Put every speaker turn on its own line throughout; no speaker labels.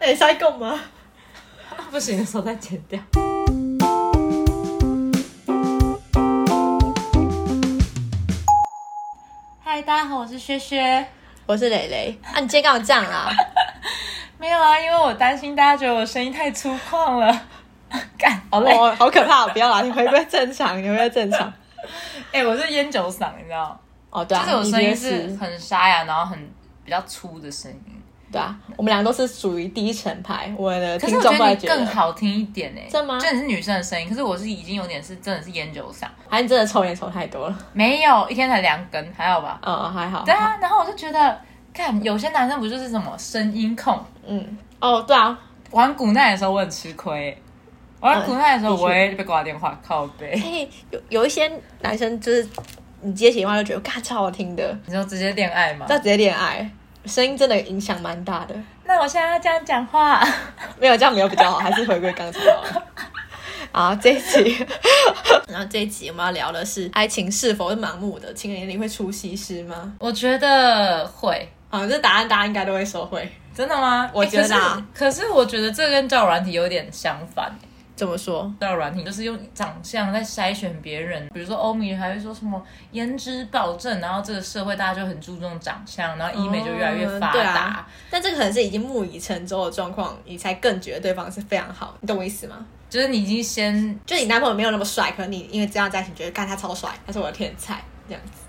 会使讲吗？
不行的时候再剪掉。嗨，大家好，我是薛薛。
我是蕾蕾，啊，你今天干嘛这样 啦？
没有啊，因为我担心大家觉得我声音太粗犷了。 干，哎好累。
哦，好可怕，不要啦，你回归正常，你回归正常。
哎、我是烟酒嗓，你知道？
哦，对啊，
就是我
你
声音
也
是很沙哑，然后很比较粗的声音。
对啊，我们俩都是属于低沉派，我的
可
听
是我
众
觉
都
得
会
你
觉得
更，好听一点哎、欸，
真的吗
就你是女生的声音，可是我是已经有点是真的是烟酒嗓，
还是你真的抽烟抽太多了，
没有一天才两根，还好吧？
嗯，还好，
对啊，然后我就觉得，看有些男生不就是什么声音控？
嗯，哦，对啊，
玩古奈的时候我很吃亏、欸，玩古奈的时候
嗯的确
我也被挂电话，靠背。
嘿，有有一些男生就是你接起电话就觉得，嘎，超好听的，
你说直接恋爱吗？
再直接恋爱，声音真的影响蛮大的。
那我现在要这样讲话，
没有这样没有比较好，还是回归刚才 好了。好，这一集， 然后这一集我们要聊的是爱情是否是盲目的？情人眼里会出西施吗？
我觉得会。
好，这答案大家应该都会收回。
真的吗？
我
欸
觉得啊
可是可是我觉得这跟交友软体有点相反、
怎么说？
交友软体就是用长相在筛选别人，比如说欧米还会说什么颜值保证，然后这个社会大家就很注重长相，然后医美就越来越发
嗯对
达。
啊但这个可能是已经木已成舟的状况，你才更觉得对方是非常好，你懂我意思吗？
就是你已经先
就你男朋友没有那么帅，可能你因为这样在一起，觉得干他超帅，他是我的天才这样子。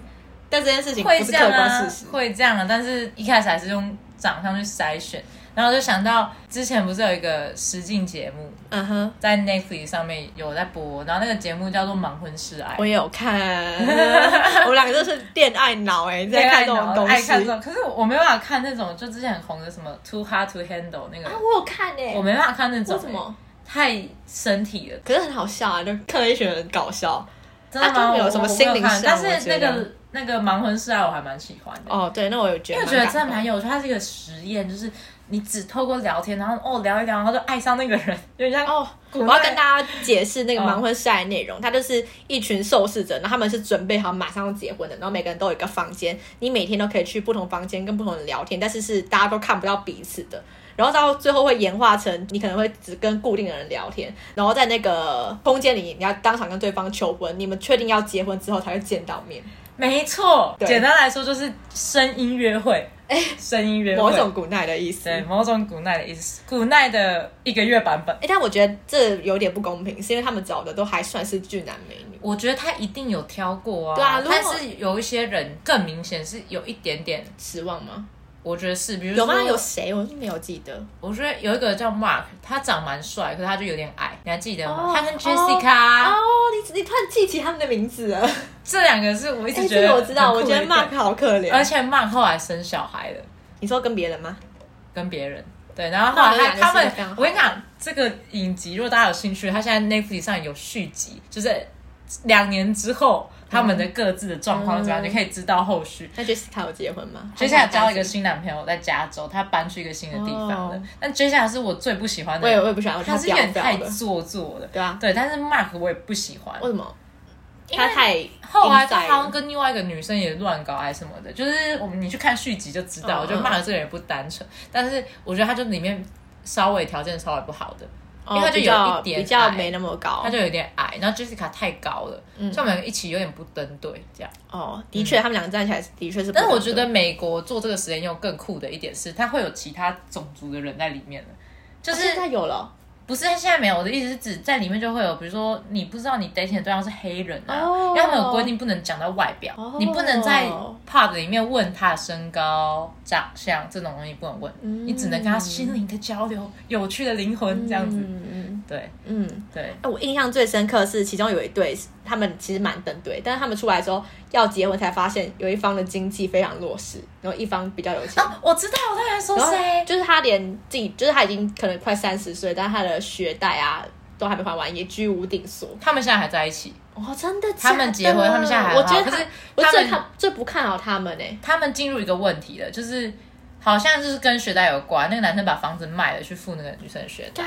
但这件事情不
会
是
这
客
样
观
啊
事实，，
会这样啊，但是一开始还是用长相去筛选，然后就想到之前不是有一个实境节目
嗯哼，
在 Netflix 上面有在播，然后那个节目叫做《盲婚试爱》
我。也有看， 我们两个就是恋爱脑哎、你在看这种东
爱
西
看。这种，可是我没办法看那种，就之前很红的什么 Too Hard to Handle 那个，
啊，我有看诶、欸，
我没办法看那种、
为什么？
太身体了，
可是很好笑啊，就看了一群人搞笑。
真的吗？
都没有
我
什么
我没
心灵
看
上
但是
我觉
那
得
个那个盲婚试爱我还蛮喜欢的。
哦，对，那我有觉
因
得，
为我觉得真的蛮。有趣，它是一个实验，就是你只透过聊天，然后哦聊一聊，然后就爱上那个人，有点像
哦，
古
我
代
要跟大家解释那个
哦
盲婚晒的内容，它就是一群受试者，然后他们是准备好马上要结婚的，然后每个人都有一个房间，你每天都可以去不同房间跟不同人聊天，但是是大家都看不到彼此的。然后到最后会演化成你可能会只跟固定的人聊天，然后在那个空间里你要当场跟对方求婚，你们确定要结婚之后才会见到面，
没错，
对
简单来说就是声音约会，哎，声音约会，
某种古奈的意思。
对某种古奈的意思，古奈的一个月版本。
哎、但我觉得这有点不公平，是因为他们找的都还算是俊男美女。
我觉得他一定有挑过啊，
对啊如果
但是有一些人更明显是有一点点，
失望吗？
我觉得是，比
有
如说
吗？有谁？我是没有记得。
我觉得有一个叫 Mark，他长蛮帅，可是他就有点矮，你还记得吗？
哦
他跟
哦
Jessica、啊
哦，你你突然记起他们的名字了。哎、
这两个是我一直觉
这
得、
个我知道，我觉得 Mark 好可
而
怜。
且 Mark 后来生小孩了，
你说跟别人吗？
跟别人。对，然后
那
后
我
来
觉得
他他
两个是非常
们，
好
我跟你讲，这个影集如果大家有兴趣，它现在 Netflix 上有续集，就是两年之后他们的各自的状况怎么样，
嗯
你可以知道后续。
那 Jessica 有结婚吗？
Jessica 交了一个新男朋友在加州，她搬去一个新的地方了。
哦
但 Jessica 是我最不喜欢
我也
的，
我也不喜欢，我觉
她
得
是有
屌
点
屌
太
的。
做作的。
对啊，
对，但是 Mark 我也不喜欢
为。什么？
因为
他太
后来
inside
他好像
了
跟另外一个女生也乱搞还是什么的，就是我们你去看续集就知道，
嗯
我觉得骂的这个人也不单纯，但是我觉得他就里面稍微条件稍微不好的，因为他
哦
就
比
有
较
一点
比较
矮
没那么高
他。就有点矮，然后 Jessica 太高了，
嗯
所以我们一起有点不登对这样。
哦，的确，他们两个站起来的确是不
嗯但
能对。
是我觉得美国做这个实验又更酷的一点是，它会有其他种族的人在里面的，就
哦
是
现在有了
不是，现在没有。我的意思是指在里面就会有，比如说你不知道你 dating 的对象是黑人啊，
哦
因为他们有规定不能讲到外表，
哦
你不能在 pub 里面问他的身高、长相这种东西不能问，
嗯
你只能跟他心灵的交流、有趣的灵魂这样子。
嗯
对
嗯嗯。
对，
哎，我印象最深刻是其中有一对，他们其实蛮登对，但是他们出来之后要结婚才发现有一方的经济非常弱势，然后一方比较有钱。
啊，我知道，我刚才说
然后
谁？
哦就是他连自己，就是他已经可能快三十岁，但他的学贷啊都还没还完，也居无定所。
他们现在还在一起，
哦，真的假的？
他们结婚他们现在还好
我觉得
可是
他我
他
最
们
看最不看好他们呢、欸
他们进入一个问题了，就是好像就是跟学贷有关，那个男生把房子卖了去付那个女生的学贷，
干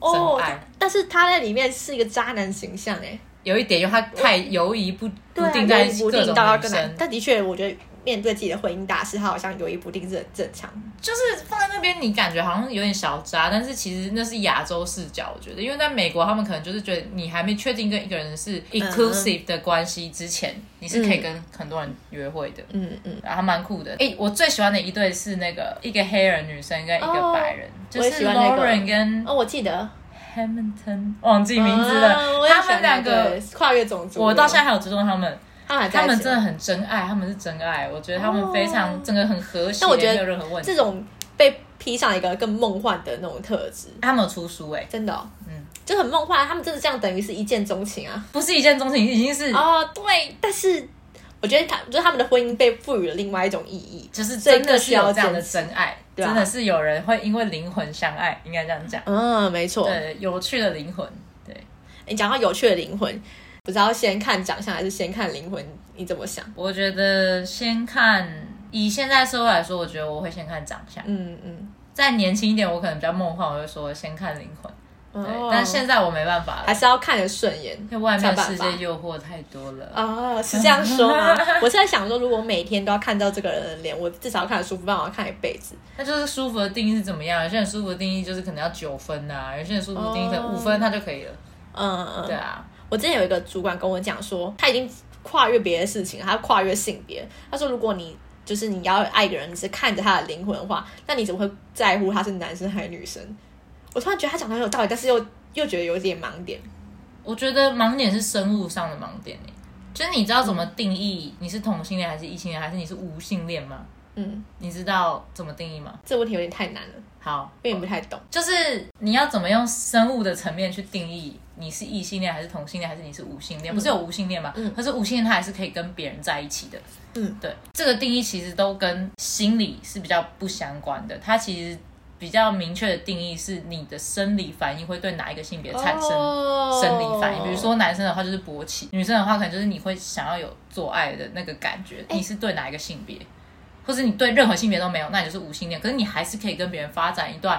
哦
真爱，
但是他在里面是一个渣男形象哎、
有一点因为他太犹疑不
对
不
啊，
定在
犹豫不
各
定
种
到要
女
跟男
生，。
但的确，我觉得面对自己的婚姻大事，他好像犹豫不定是很正常。
就是放在那边，你感觉好像有点小渣，但是其实那是亚洲视角，我觉得，因为在美国，他们可能就是觉得你还没确定跟一个人是
嗯
inclusive 的关系之前，你是可以跟很多人约会的，
嗯嗯，
然后还蛮酷的。诶，我最喜欢的一对是那个一个黑人女生跟一个
哦
白人，就
我也
是
喜欢那个
Lauren 跟
哦，我记得
Hamilton，忘记名字了，
啊我也
他
喜
们
欢那
两
个
个，
跨越种族，
我到现在还有追踪他们。
他们还在
他
一起
们
吗
真的很真爱，他们是真爱，我觉得他们非常、
哦
整个很和谐，
但我觉得
没有任何问题。
这种被披上一个更梦幻的那种特质，
他们有出书哎、
真的、哦，
嗯
嗯，就很梦幻。他们真的这样，等于是一见钟情啊！
不是一见钟情，已经是、
哦，对，但是我觉得他就是他们的婚姻被赋予了另外一种意义，
就是
这
真
个
的是
是
有
要
这样的
坚持
真爱，
对啊
真的是有人会因为灵魂相爱，应该这样讲。
嗯，没错。
对，有趣的灵魂，对
你讲到有趣的灵魂，不知道先看长相还是先看灵魂，你怎么想？
我觉得先看以现在社会来说，我觉得我会先看长相。
嗯嗯，
再年轻一点，我可能比较梦幻，我会说先看灵魂。对，
哦
但现在我没办法
还
了，
是要看得顺眼。
因为外面
才有办
世界
法
诱惑太多了。
哦，是这样说吗？ 我是在想说，如果每天都要看到这个人的脸，我至少要看得舒服，不然我要看一辈子。
那就是舒服的定义是怎么样？有些人舒服的定义就是可能要九分呐、有些人舒服的定义可能
哦
五分他就可以了。
嗯嗯，
对啊，
我之前有一个主管跟我讲说，他已经跨越别的事情了，他跨越性别。他说，如果你就是你要爱一个人，你是看着他的灵魂的话，那你怎么会在乎他是男生还是女生？我突然觉得他讲的很有道理，但是又又觉得有一点盲点。
我觉得盲点是生物上的盲点、欸、就是你知道怎么定义你是同性恋还是异性恋还是你是无性恋吗？
嗯，
你知道怎么定义吗？
这问题有点太难了，
好，
有点不太懂。
就是你要怎么用生物的层面去定义你是异性恋还是同性恋还是你是无性恋？不是有无性恋吗？
嗯
可是无性恋他还是可以跟别人在一起的。
嗯，
对，这个定义其实都跟心理是比较不相关的，它其实。比较明确的定义是你的生理反应会对哪一个性别产生
哦
生理反应，比如，说男生的话就是勃起，女生的话可能就是你会想要有做爱的那个感觉，
哎
你是对哪一个性别，或者你对任何性别都没有，那你就是无性恋，可是你还是可以跟别人发展一段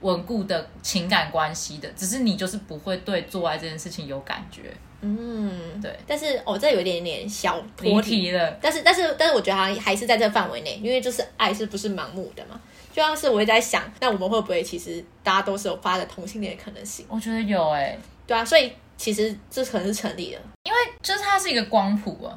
稳固的情感关系的，只是你就是不会对做爱这件事情有感觉，
嗯，
对，
但是哦，这有一点点小
离
脱
题了。
但是但是但是，我觉得好像还是在这范围内，因为就是爱是不是盲目的嘛？就像是我也在想，那我们会不会其实大家都是有发展同性恋的可能性？
我觉得有哎、
对啊，所以其实这可能是成立的。
因为就是它是一个光谱啊，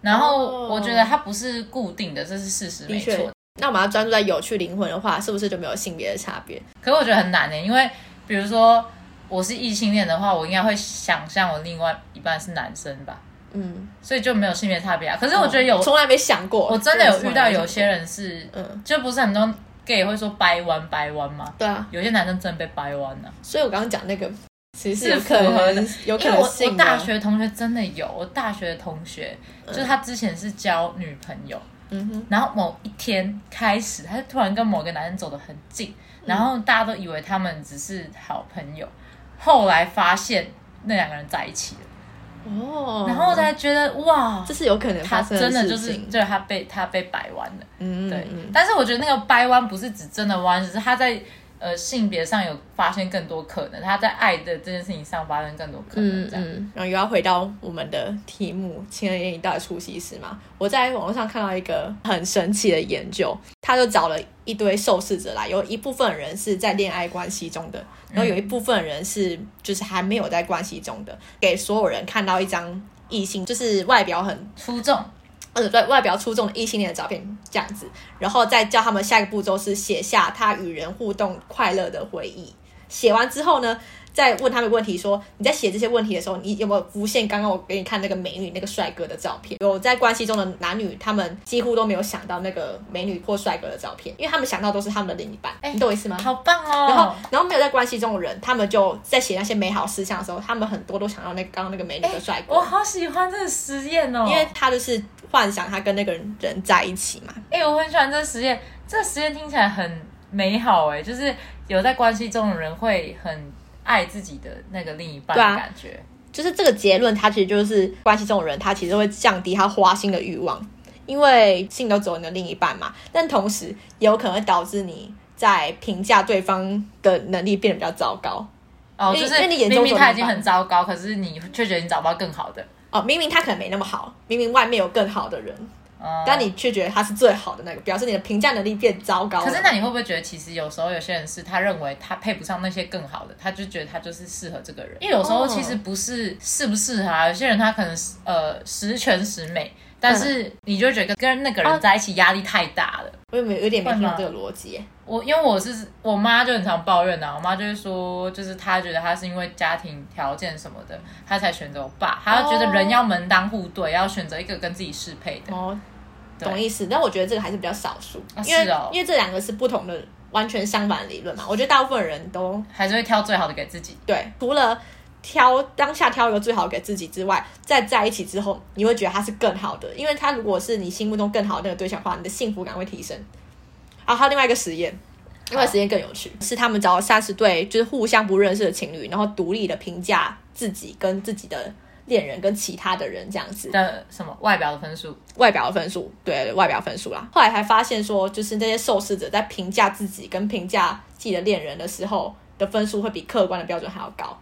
然后
哦
我觉得它不是固定的，这是事实，没
的确
错。
那我们要专注在有趣灵魂的话，是不是就没有性别的差别？
可是我觉得很难欸呢、因为比如说我是异性恋的话，我应该会想象我另外一半是男生吧，
嗯，
所以就没有性别差别啊。可是我觉得 有，
从来没想过，
我真的有遇到
从来没想过
有些，人是，
嗯，
就不是很多 gay 会说掰弯掰弯吗？
对啊，
有些男生真的被掰弯啊了、
所以我刚刚讲那个其实
是
有可
符合的
能，有
因
可
为我
能
我
性的
大，学同学真的有，我大学的同学、就是他之前是交女朋友，
嗯哼，
然后某一天开始，他就突然跟某个男人走得很近，
嗯
然后大家都以为他们只是好朋友，后来发现那两个人在一起了，
哦，
然后才觉得哇
这，是有可能
他
发生
真的就
事
是
情，
就是他被他被掰弯了，
嗯，
对。
嗯
但是我觉得那个掰弯不是指真的弯，只是他在呃性别上有发现更多可能，他在爱的这件事情上发生更多可能，
嗯
这样。
嗯，然后又要回到我们的题目“情人眼里到底出西施”嘛？我在网络上看到一个很神奇的研究，他就找了一堆受试者来，有一部分人是在恋爱关系中的，然后有一部分人是就是还没有在关系中的，给所有人看到一张异性，就是外表很
出众，
或呃者对外表出众的异性恋的照片这样子，然后再叫他们下一个步骤是写下他与人互动快乐的回忆。写完之后呢，再问他们问题说，你在写这些问题的时候，你有没有浮现刚刚我给你看那个美女、那个帅哥的照片？有在关系中的男女，他们几乎都没有想到那个美女或帅哥的照片，因为他们想到都是他们的另一半，
哎
你懂我意思吗？
好棒哦！
然后，然后没有在关系中的人，他们就在写那些美好事项的时候，他们很多都想到那个刚刚那个美女的帅哥。
我好喜欢这个实验哦，
因为他就是幻想他跟那个人在一起嘛，
哎、我很喜欢这个实验，这个实验听起来很美好哎、就是有在关系中的人会很爱自己的那个另一半
对
的
啊
感觉。
就是这个结论，它其实就是关系中的人，他其实会降低他花心的欲望，因为性都只有你的另一半嘛，但同时也有可能会导致你在评价对方的能力变得比较糟糕。
哦，
因为
就是
因为你眼
明
中
明
只有
他
另
已
一
经
半
很糟糕，可是你却觉得你找不到更好的。
哦，明明他可能没那么好，明明外面有更好的人，
嗯
但你却觉得他是最好的那个，表示你的评价能力变糟糕了。
可是那你会不会觉得，其实有时候有些人是他认为他配不上那些更好的，他就觉得他就是适合这个人。因为有时候
哦
其实不是适不适合啊，有些人他可能是呃十全十美，但是你就会觉得跟那个人在一起压力太大了。
我有没有有点没
会
听
吗
懂这个逻辑耶？
我因为我是我妈就很常抱怨啊，我妈就会说，就是她觉得她是因为家庭条件什么的，她才选择我爸，她觉得人要门当户对，要选择一个跟自己适配的。
哦，
对
懂意思。但我觉得这个还是比较少数，
啊
因为、
是哦
因为这两个是不同的，完全相反的理论嘛。我觉得大部分人都
还是会挑最好的给自己，
对，除了挑当下挑一个最好给自己之外，在在一起之后，你会觉得他是更好的，因为他如果是你心目中更好的那个对象的话，你的幸福感会提升。啊，还有另外一个实验，另外一个实验更有趣，是他们找三十对就是互相不认识的情侣，然后独立的评价自己跟自己的恋人跟其他的人这样子。
的什么外表的分数，
外表的分数，对外表分数啦。后来还发现说，就是那些受试者在评价自己跟评价自己的恋人的时候的分数会比客观的标准还要高。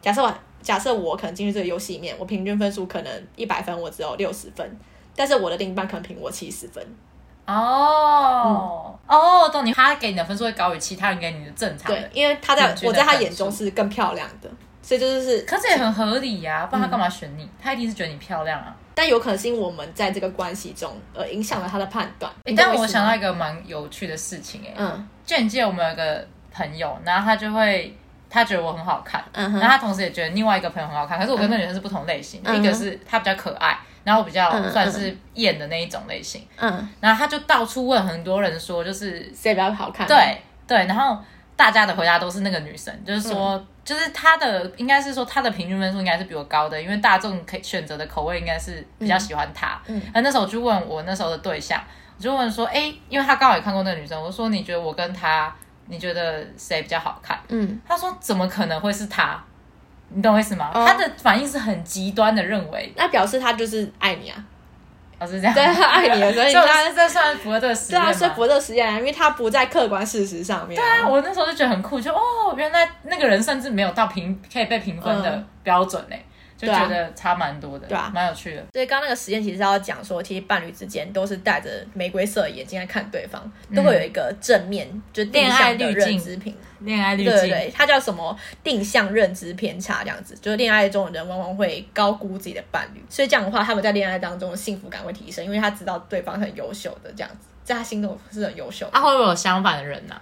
假设我假设我可能进去这个游戏里面，我平均分数可能一百分，我只有六十分，但是我的另一半可能评我七十分。嗯
哦、哦，懂你，他给你的分数会高于其他人给你的正常
对
的，，
因为他在
平均的
我在他
分数
眼中是更漂亮的，所以这就是，
可是也很合理呀、不然他干嘛选你？他一定是觉得你漂亮啊。
但有可能是因为我们在这个关系中而影响了他的判断。
诶
你懂
但
意
我
思
想
吗
到一个蛮有趣的事情、诶，哎、
嗯
就你记得我们有个朋友，然后他就会。他觉得我很好看，
嗯
然后他同时也觉得另外一个朋友很好看，可是我跟那个女生是不同类型，
嗯哼
一个是他比较可爱，然后我比较
嗯嗯
算是艳的那一种类型，
嗯，
然后他就到处问很多人说，就是
谁比较好看？
对对，然后大家的回答都是那个女生，就是说，
嗯
就是她的应该是说她的平均分数应该是比我高的，因为大众可以选择的口味应该是比较喜欢她。
嗯，
然后那时候我去问我那时候的对象，我就问说，哎，因为他刚好也看过那个女生，我说你觉得我跟她，你觉得谁比较好看？
嗯。
他说怎么可能会是她？你懂我意思吗？
哦
他的反应是很极端的，认为
那表示他就是爱你啊，
哦是这样，
对，他爱你啊，所以
所以我
他
是这算符合这个实
对
验吗？
啊，所以不热实验啊，因为他不在客观事实上面、
对啊，，我那时候就觉得很酷，就哦，原来那个人甚至没有到评可以被评分的
嗯
标准呢、就
对啊
觉得差蛮多的，
对啊
蛮有趣的。
所以刚刚那个实验其实是要讲说，其实伴侣之间都是带着玫瑰色的眼睛来看对方，都会有一个正面，就定向的认知评。
恋爱滤
嗯对
镜，
对对，它叫什么定向认知偏差这样子，就是恋爱中的人往往会高估自己的伴侣，所以这样的话，他们在恋爱当中的幸福感会提升，因为他知道对方是很优秀的这样子，在他心中是很优秀的。
啊，会不会有相反的人呐、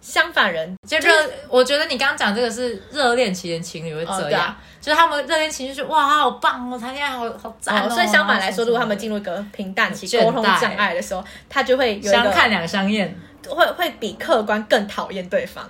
相反人
就热，我觉得你刚刚讲这个是热恋期间情侣会
哦
这
对
样，
啊
就是他们热恋期就是哇，好棒哦，谈恋爱好好赞、
哦，所以相反来说，如果他们进
入
入一个平淡期、
倦怠
沟通障碍的时候，他就会有一个
相看两相厌，
会会比客观更讨厌对方，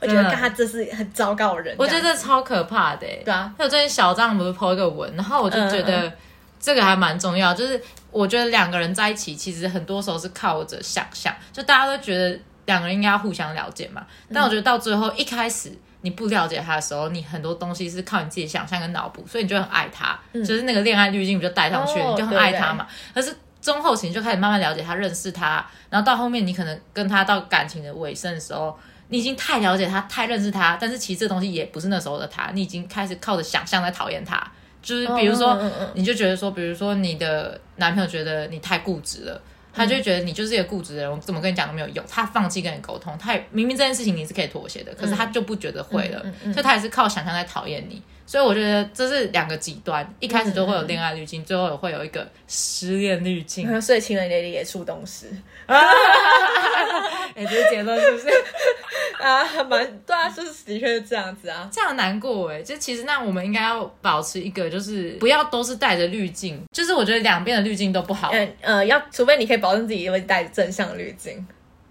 会觉得
真的
看他这是很糟糕的人。
我觉得
这样
这超可怕的、欸。
对啊，
那我最近小张不是 po 一个文，然后我就觉
嗯
得这个还蛮重要，就是我觉得两个人在一起，其实很多时候是靠着想象，就大家都觉得两个人应该要互相了解嘛，但
嗯
我觉得到最后一开始。你不了解他的时候，你很多东西是靠你自己想象跟脑补，所以你就很爱他，就是那个恋爱滤镜就带上去，
嗯哦
你就很爱他嘛。可是中后期你就开始慢慢了解他、认识他，然后到后面你可能跟他到感情的尾声的时候，你已经太了解他、太认识他，但是其实这东西也不是那时候的他，你已经开始靠着想象在讨厌他。就是比如说
嗯嗯嗯嗯，
你就觉得说，比如说你的男朋友觉得你太固执了。他就会觉得你就是一个固执的人，我怎么跟你讲都没有用。他放弃跟你沟通，他也明明这件事情你是可以妥协的，可是他就不觉得会了，所以他也是靠想象在讨厌你。所以我觉得这是两个极端，一开始就会有恋爱滤镜，最后也会有一个失恋滤镜。
嗯所以情人眼里也出东施
哎、这是结论是不是？
啊，还蛮对啊，就是的确是这样子啊。
这样难过哎、就其实那我们应该要保持一个，就是不要都是带着滤镜，就是我觉得两边的滤镜都不好，
嗯呃，要除非你可以保证自己会带正向滤镜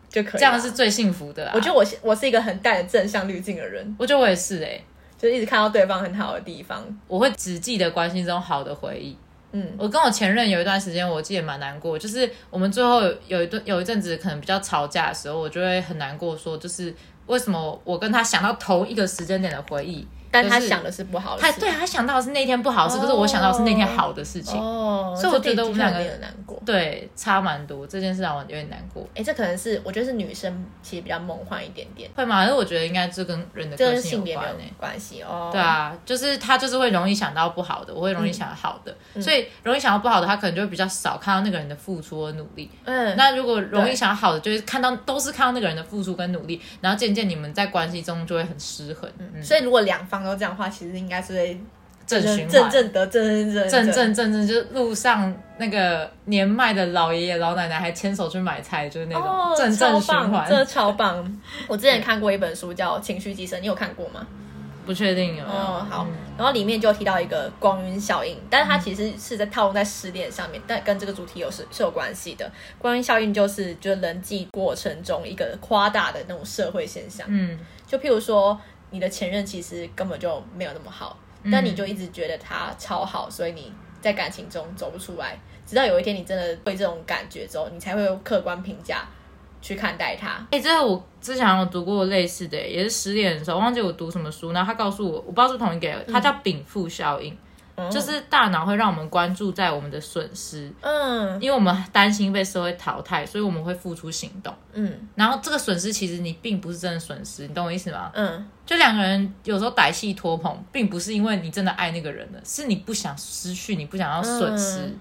就可以了。
这样是最幸福的啦。啊
我觉得我是我是一个很带着正向滤镜的人，
我觉得我也是哎、
就是一直看到对方很好的地方。
我会只记得关系中好的回忆。
嗯，
我跟我前任有一段时间，我记得蛮难过，就是我们最后有一段有一阵子可能比较吵架的时候，我就会很难过，说就是为什么我跟他想到同一个时间点的回忆，
但他
就是
想的是不好的
他
事
对他想到的是那天不好的事，可是我想到的是那天好的事情，
哦，
所以我觉得我们两个
有点难过。
对，差蛮多。这件事让我有点难过，
哎、这可能是我觉得是女生其实比较梦幻一点点，
会吗？因为我觉得应该这跟人的
这
个
跟
性
性
有
别没
关
有
诶、
关系哦。
对，啊，就是他就是会容易想到不好的，我会容易想到好的，
嗯
所以容易想到不好的，他可能就会比较少看到那个人的付出和努力。
嗯，
那如果容易
对
想到好的，就是看到都是看到那个人的付出跟努力，然后渐渐你们在关系中就会很失衡，嗯，
所以如果两方都这样的话，其实应该是会
正循
正
环。
正得正正
正
正
正正正，就是路上那个年迈的老爷爷老奶奶还牵手去买菜，就是那
哦
种，正正循
超
环
棒，。这超棒！我之前看过一本书叫《情绪寄生》，你有看过吗？
不确定有没有
哦，好
嗯。
然后里面就提到一个光晕效应，但是它其实是在套用在失恋上面，但跟这个主题有是是有关系的。光晕效应就是就是人际过程中一个夸大的那种社会现象，
嗯，
就譬如说你的前任其实根本就没有那么好，但
嗯
你就一直觉得他超好，所以你在感情中走不出来。直到有一天你真的对这种感觉之后，你才会有客观评价去看待他。
哎、这个我之前有读过类似的，也是失恋的时候，忘记我读什么书，然后他告诉我，我不知道是不是同一个，
嗯
它叫禀赋效应，
哦
就是大脑会让我们关注在我们的损失，
嗯
因为我们担心被社会淘汰，所以我们会付出行动。
嗯
然后这个损失其实你并不是真的损失，你懂我意思吗？
嗯，
就两个人有时候歹戏拖棚，并不是因为你真的爱那个人了，是你不想失去，你不想要损失，
嗯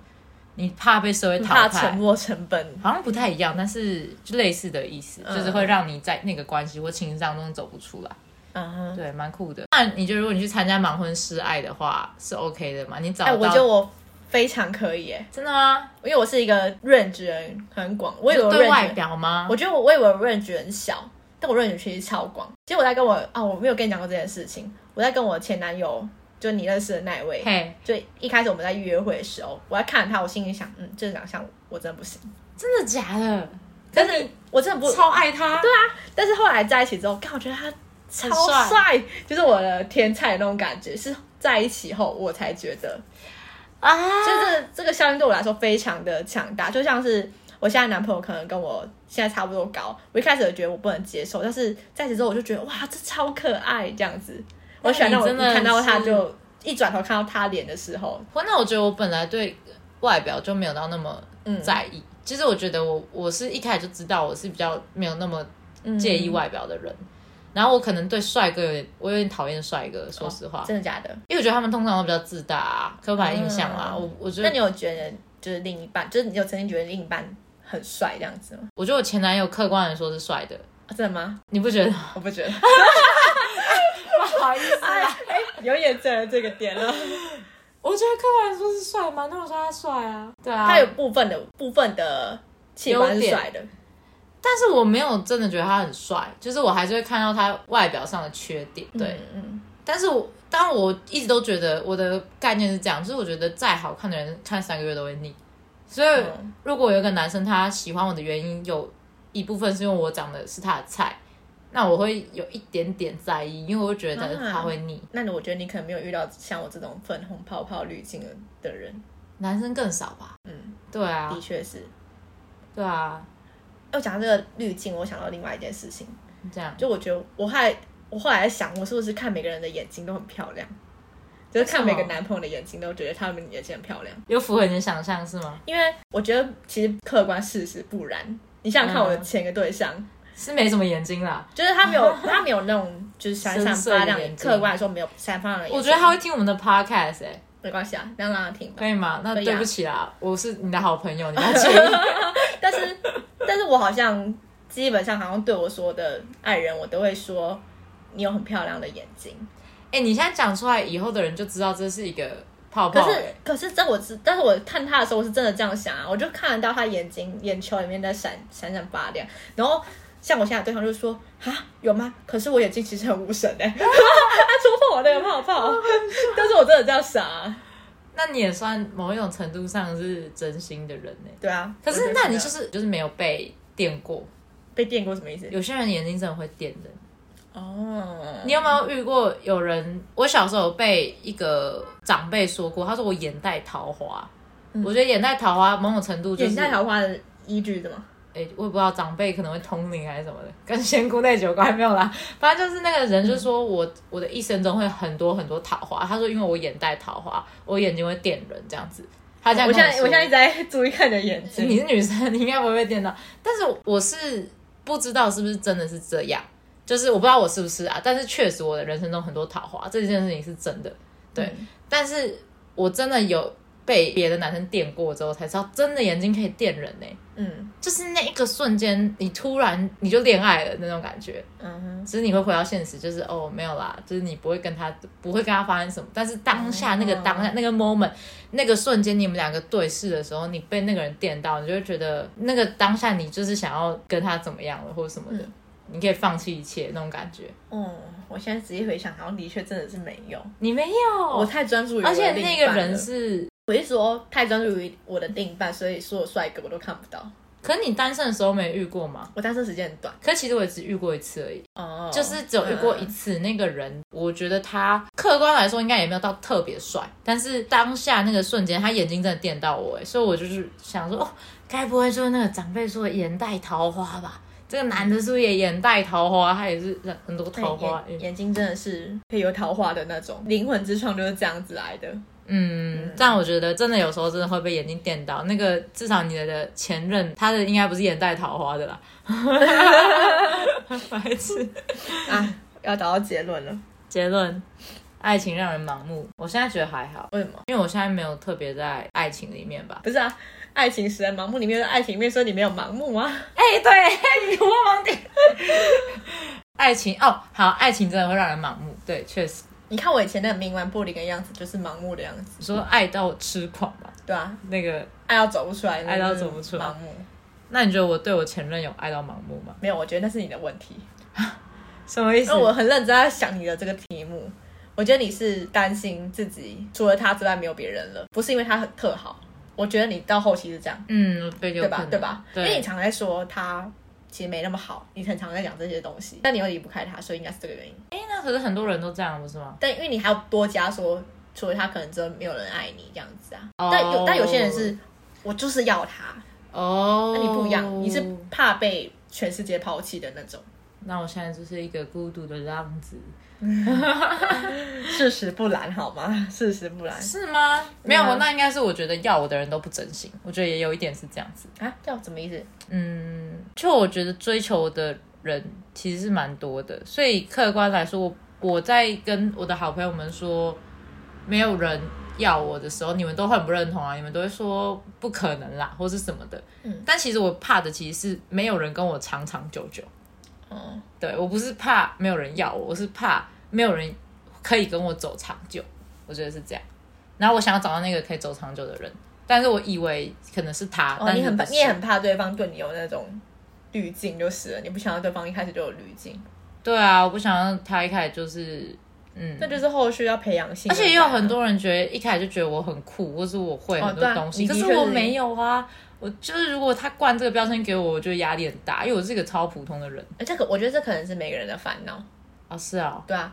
你怕被社会淘
怕
汰
沉。没成本。
好像不太一样，但是就类似的意思，
嗯
就是会让你在那个关系或情商中走不出来。
嗯哼。
对，蛮酷的。那你觉得如果你去参加盲婚试爱的话，是 OK 的吗？你找
哎、
到、
我觉得我非常可以耶，
真的吗？
因为我是一个 range 人很广，我以为
就
我
对外
range，
表吗？
我觉得我我以为我 range 很小，但我 range 其实超广。其实我在跟我啊，我没有跟你讲过这件事情，我在跟我前男友，就你认识的那一位，
嘿，
就一开始我们在约会的时候，我在看他，我心里想，嗯，这长相我真的不行，
真的假的？
但是我真的不，
超爱他，对啊，
但是后来在一起之后，看我觉得他超
很
帅，就是我的天菜那种感觉，是在一起后我才觉得。
啊，
就是这个这个效应对我来说非常的强大，就像是我现在男朋友可能跟我现在差不多高，我一开始觉得我不能接受，但是在一起之后我就觉得哇，这超可爱这样子，我喜欢那种
那你真的
一看到他
是
就一转头看到他脸的时候，
我那我觉得我本来对外表就没有到那么
嗯
在意。其实我觉得我我是一开始就知道我是比较没有那么
嗯
介意外表的人，然后我可能对帅哥有点我有点讨厌帅哥，
哦
说实话，
真的假的？
因为我觉得他们通常都比较自大、啊、刻板印象啊。
嗯
我我觉
那
得
你有觉得就是另一半，就是你有曾经觉得另一半很帅这样子吗？
我觉得我前男友客观来说是帅的，
啊真的吗？
你不 觉得？
我不觉得，
不好意思
哎，哎有眼见了这个点了。
我觉得客观来说是帅吗？那我说他帅啊，对啊，
他有部分的部分的器官
优
是
点
帅的，
但是我没有真的觉得他很帅，就是我还是会看到他外表上的缺点，对。
嗯，嗯
但是我当然我一直都觉得我的概念是这样，就是我觉得再好看的人看三个月都会腻，所以
嗯
如果有一个男生他喜欢我的原因有一部分是因为我长得是他的菜，那我会有一点点在意，因为我会觉得
啊
他会腻。
那我觉得你可能没有遇到像我这种粉红泡泡滤镜的人，
男生更少吧？
嗯，
对啊
的，确是。
对啊，
要讲到这个滤镜，我想到另外一件事情，
这样。
就我觉得我后来我后来在想，我是不是看每个人的眼睛都很漂亮，就是看
为什
每
么
个男朋友的眼睛都觉得他们眼睛很漂亮，
有符合你的想象是吗？
因为我觉得其实客观事实不然。你想想看，
嗯
我的前一个对象，
是没什么眼睛啦，
就是他没 有他没有那种就是闪闪
深邃的
发亮
眼，睛
客观来说没有闪发亮的眼睛。
我觉得他会听我们的 podcast 哎、
没关系啊，让让他听吧。
可以吗？那
可以啊
对不起啦，我是你的好朋友，你不要介 意。
但是，但是我好像基本上好像对我所有的爱人，我都会说你有很漂亮的眼睛。
哎、你现在讲出来，以后的人就知道这是一个泡
可
泡、
是
欸。，
可是这我知，但是我看他的时候，我是真的这样想啊，我就看得到他眼睛眼球里面在闪闪闪发亮。然后像我现在的对象就说啊，有吗？可是我眼睛其实很无神 哎、欸，他戳破我那个泡泡。但是我真的这样想啊，
那你也算某一种程度上是真心的人呢、
对啊。
可
我
是，
觉得
那你
这
就
样
是就是没有被电过。
被电过什么意思？
有些人眼睛真的会电的。
哦，
你有没有遇过有人？我小时候有被一个长辈说过，他说
嗯
我眼袋桃花。我觉得眼袋桃花某种程度就是
眼袋桃花的依据是什么？
诶、我也不知道长辈可能会通灵还是什么的，跟仙姑那酒关没有啦。反正就是那个
嗯
人就说我、我的一生中会很多很多桃花，他说因为我眼带桃花，我眼睛会电人这样子。他这样
我
跟
现在
说
我现在一直在注意看你的眼
你
睛，
是女生，你应该不会被电到。但是我是不知道是不是真的是这样，就是我不知道我是不是啊。但是确实我的人生中很多桃花，这件事情是真的。对，但是我真的有被别的男生电过之后，才知道真的眼睛可以电人呢、
嗯
就是那一个瞬间，你突然你就恋爱了那种感觉。
嗯哼，
只是你会回到现实，就是哦没有啦，就是你不会跟他不会跟他发生什么，但是当下那个
哦
当下那个 moment 那个瞬间，你们两个对视的时候，你被那个人电到，你就会觉得那个当下你就是想要跟他怎么样了或者什么
嗯
的，你可以放弃一切那种感觉。
哦，我现在仔细回想，好像的确真的是没有，
你没
我
有，
太专注于我的
哦而且
另
那
一
个
半
人
了
是，
我是说太专注于我的另一半，所以所有帅哥我都看不到。
可你单身的时候没遇过吗？
我单身时间很短，
可其实我也只遇过一次而已，
哦
就是只有遇过一次。那个人，我觉得他客观来说应该也没有到特别帅，但是当下那个瞬间，他眼睛真的电到我，哎，所以我就是想说，哦，该不会就是那个长辈说的眼带桃花吧？这个男的是不是也眼带桃花？他也是很很多
嗯
桃花
哎眼
运。
眼睛真的是可以有桃花的那种，灵魂之窗就是这样子来的。
嗯，但我觉得真的有时候真的会被眼睛电到。那个至少你的前任，他的应该不是眼带桃花的啦。白痴。
啊， 要找到结论了，
结论：爱情让人盲目。我现在觉得还好，
为什么？
因为我现在没有特别在爱情里面吧。
不是啊，爱情使人盲目，里面的爱情里面说你没有盲目啊吗？
哎、对，你我盲点。爱情哦，好，爱情真的会让人盲目。对，确实，
你看我以前那个冥顽不灵的样子，就是盲目的样子，
你说爱到痴狂嘛，
对啊，
那个，
爱到走不出来，
爱到走不出来
盲目。
那你觉得我对我前任有爱到盲目吗？
没有，我觉得那是你的问题，
什么意
因
思？
为我很认真在想你的这个题目。我觉得你是担心自己除了他之外没有别人了，不是因为他很特好。我觉得你到后期是这样，
嗯，对，
对
有可
吧
能？
对吧？因为你
对，
常在说他其实没那么好，你很常在讲这些东西，但你又离不开他，所以应该是这个原因。
哎、那可是很多人都这样，不是吗？
但因为你还要多加说，除了他可能真的没有人爱你这样子啊。
哦
但有但有些人是，我就是要他，
哦、
那你不一样，你是怕被全世界抛弃的那种。
那我现在就是一个孤独的浪子，
事实不然，好吗？事实不然
是吗？没有，
对啊
那应该是我觉得要我的人都不真心，我觉得也有一点是这样子。
啊，这样什么意思？
嗯，就我觉得追求的人其实是蛮多的，所以客观来说，我我在跟我的好朋友们说，没有人要我的时候，你们都很不认同啊，你们都会说不可能啦，或是什么的。
嗯，
但其实我怕的其实是没有人跟我长长久久。
哦，
对我不是怕没有人要我，我是怕没有人可以跟我走长久，我觉得是这样。然后我想要找到那个可以走长久的人，但是我以为可能是他，
哦，
但
你
是
很怕，
不是
你也很怕对方对你有那种滤镜，就是了你不想要对方一开始就有滤镜，
对啊，我不想让他一开始就是嗯，
那就是后续要培养性。
而且也有很。多人觉得一开始就觉得我很酷，或是我会很
哦
多
对啊
东西，
你
可
的
是
确
我
是
没有啊。我就是如果他灌这个标签给我，我觉得压力很大，因为我是一个超普通的人
呃这个我觉得这可能是每个人的烦恼，
啊。是啊，
对啊，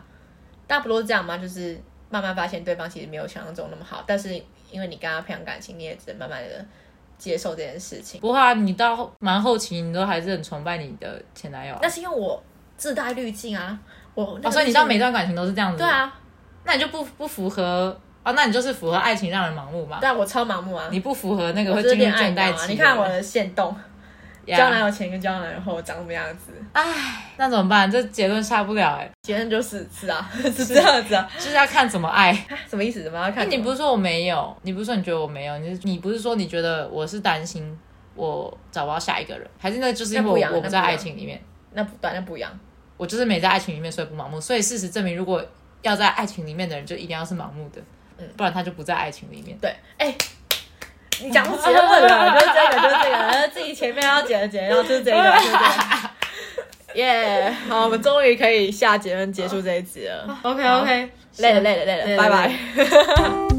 大家不都是这样吗？就是慢慢发现对方其实没有想象中那么好，但是因为你跟他培养感情，你也只能慢慢的接受这件事情。
不过啊，你到后蛮后期，你都还是很崇拜你的前男友、啊
那。是因为我自带滤镜啊，我那
哦，
个
所以你知道每嗯
滤镜
段感情都是这样子。
对，啊，
那你就不不符合哦，那你就是符合爱情让人盲目嘛。
对啊，我超盲目啊，
你不符合那个
我
会
就是
进
恋
入
爱
倦
脑
怠
啊！
期。
你看我，的线动，交
呀，
男友前跟交男友后长什么样子？
唉，那怎么办？这结论下不了哎、
结论就是是啊， 是这样子啊，
就是要看怎么爱。
哎什么意思？怎么要看
那
什么？
啊你不是说我没有？你不是说你觉得我没有？你是你不是说你觉得我是担心我找不到下一个人，还是那就是因为
那不一
我
样
我不在
那不一样
爱情里面，
那不对，那不一样。
我就是没在爱情里面，所以不盲目。所以事实证明，如果要在爱情里面的人，就一定要是盲目的，
嗯
不然他就不在爱情里面。
对，哎、你讲出结论了，就是这个，就是这个，然后自己前面要剪的剪，然后就是这 个，就是这个。耶、好，我们终于可以下结论结束这一集了。
OK
啊累了，累了，累了，
累了
拜拜。
累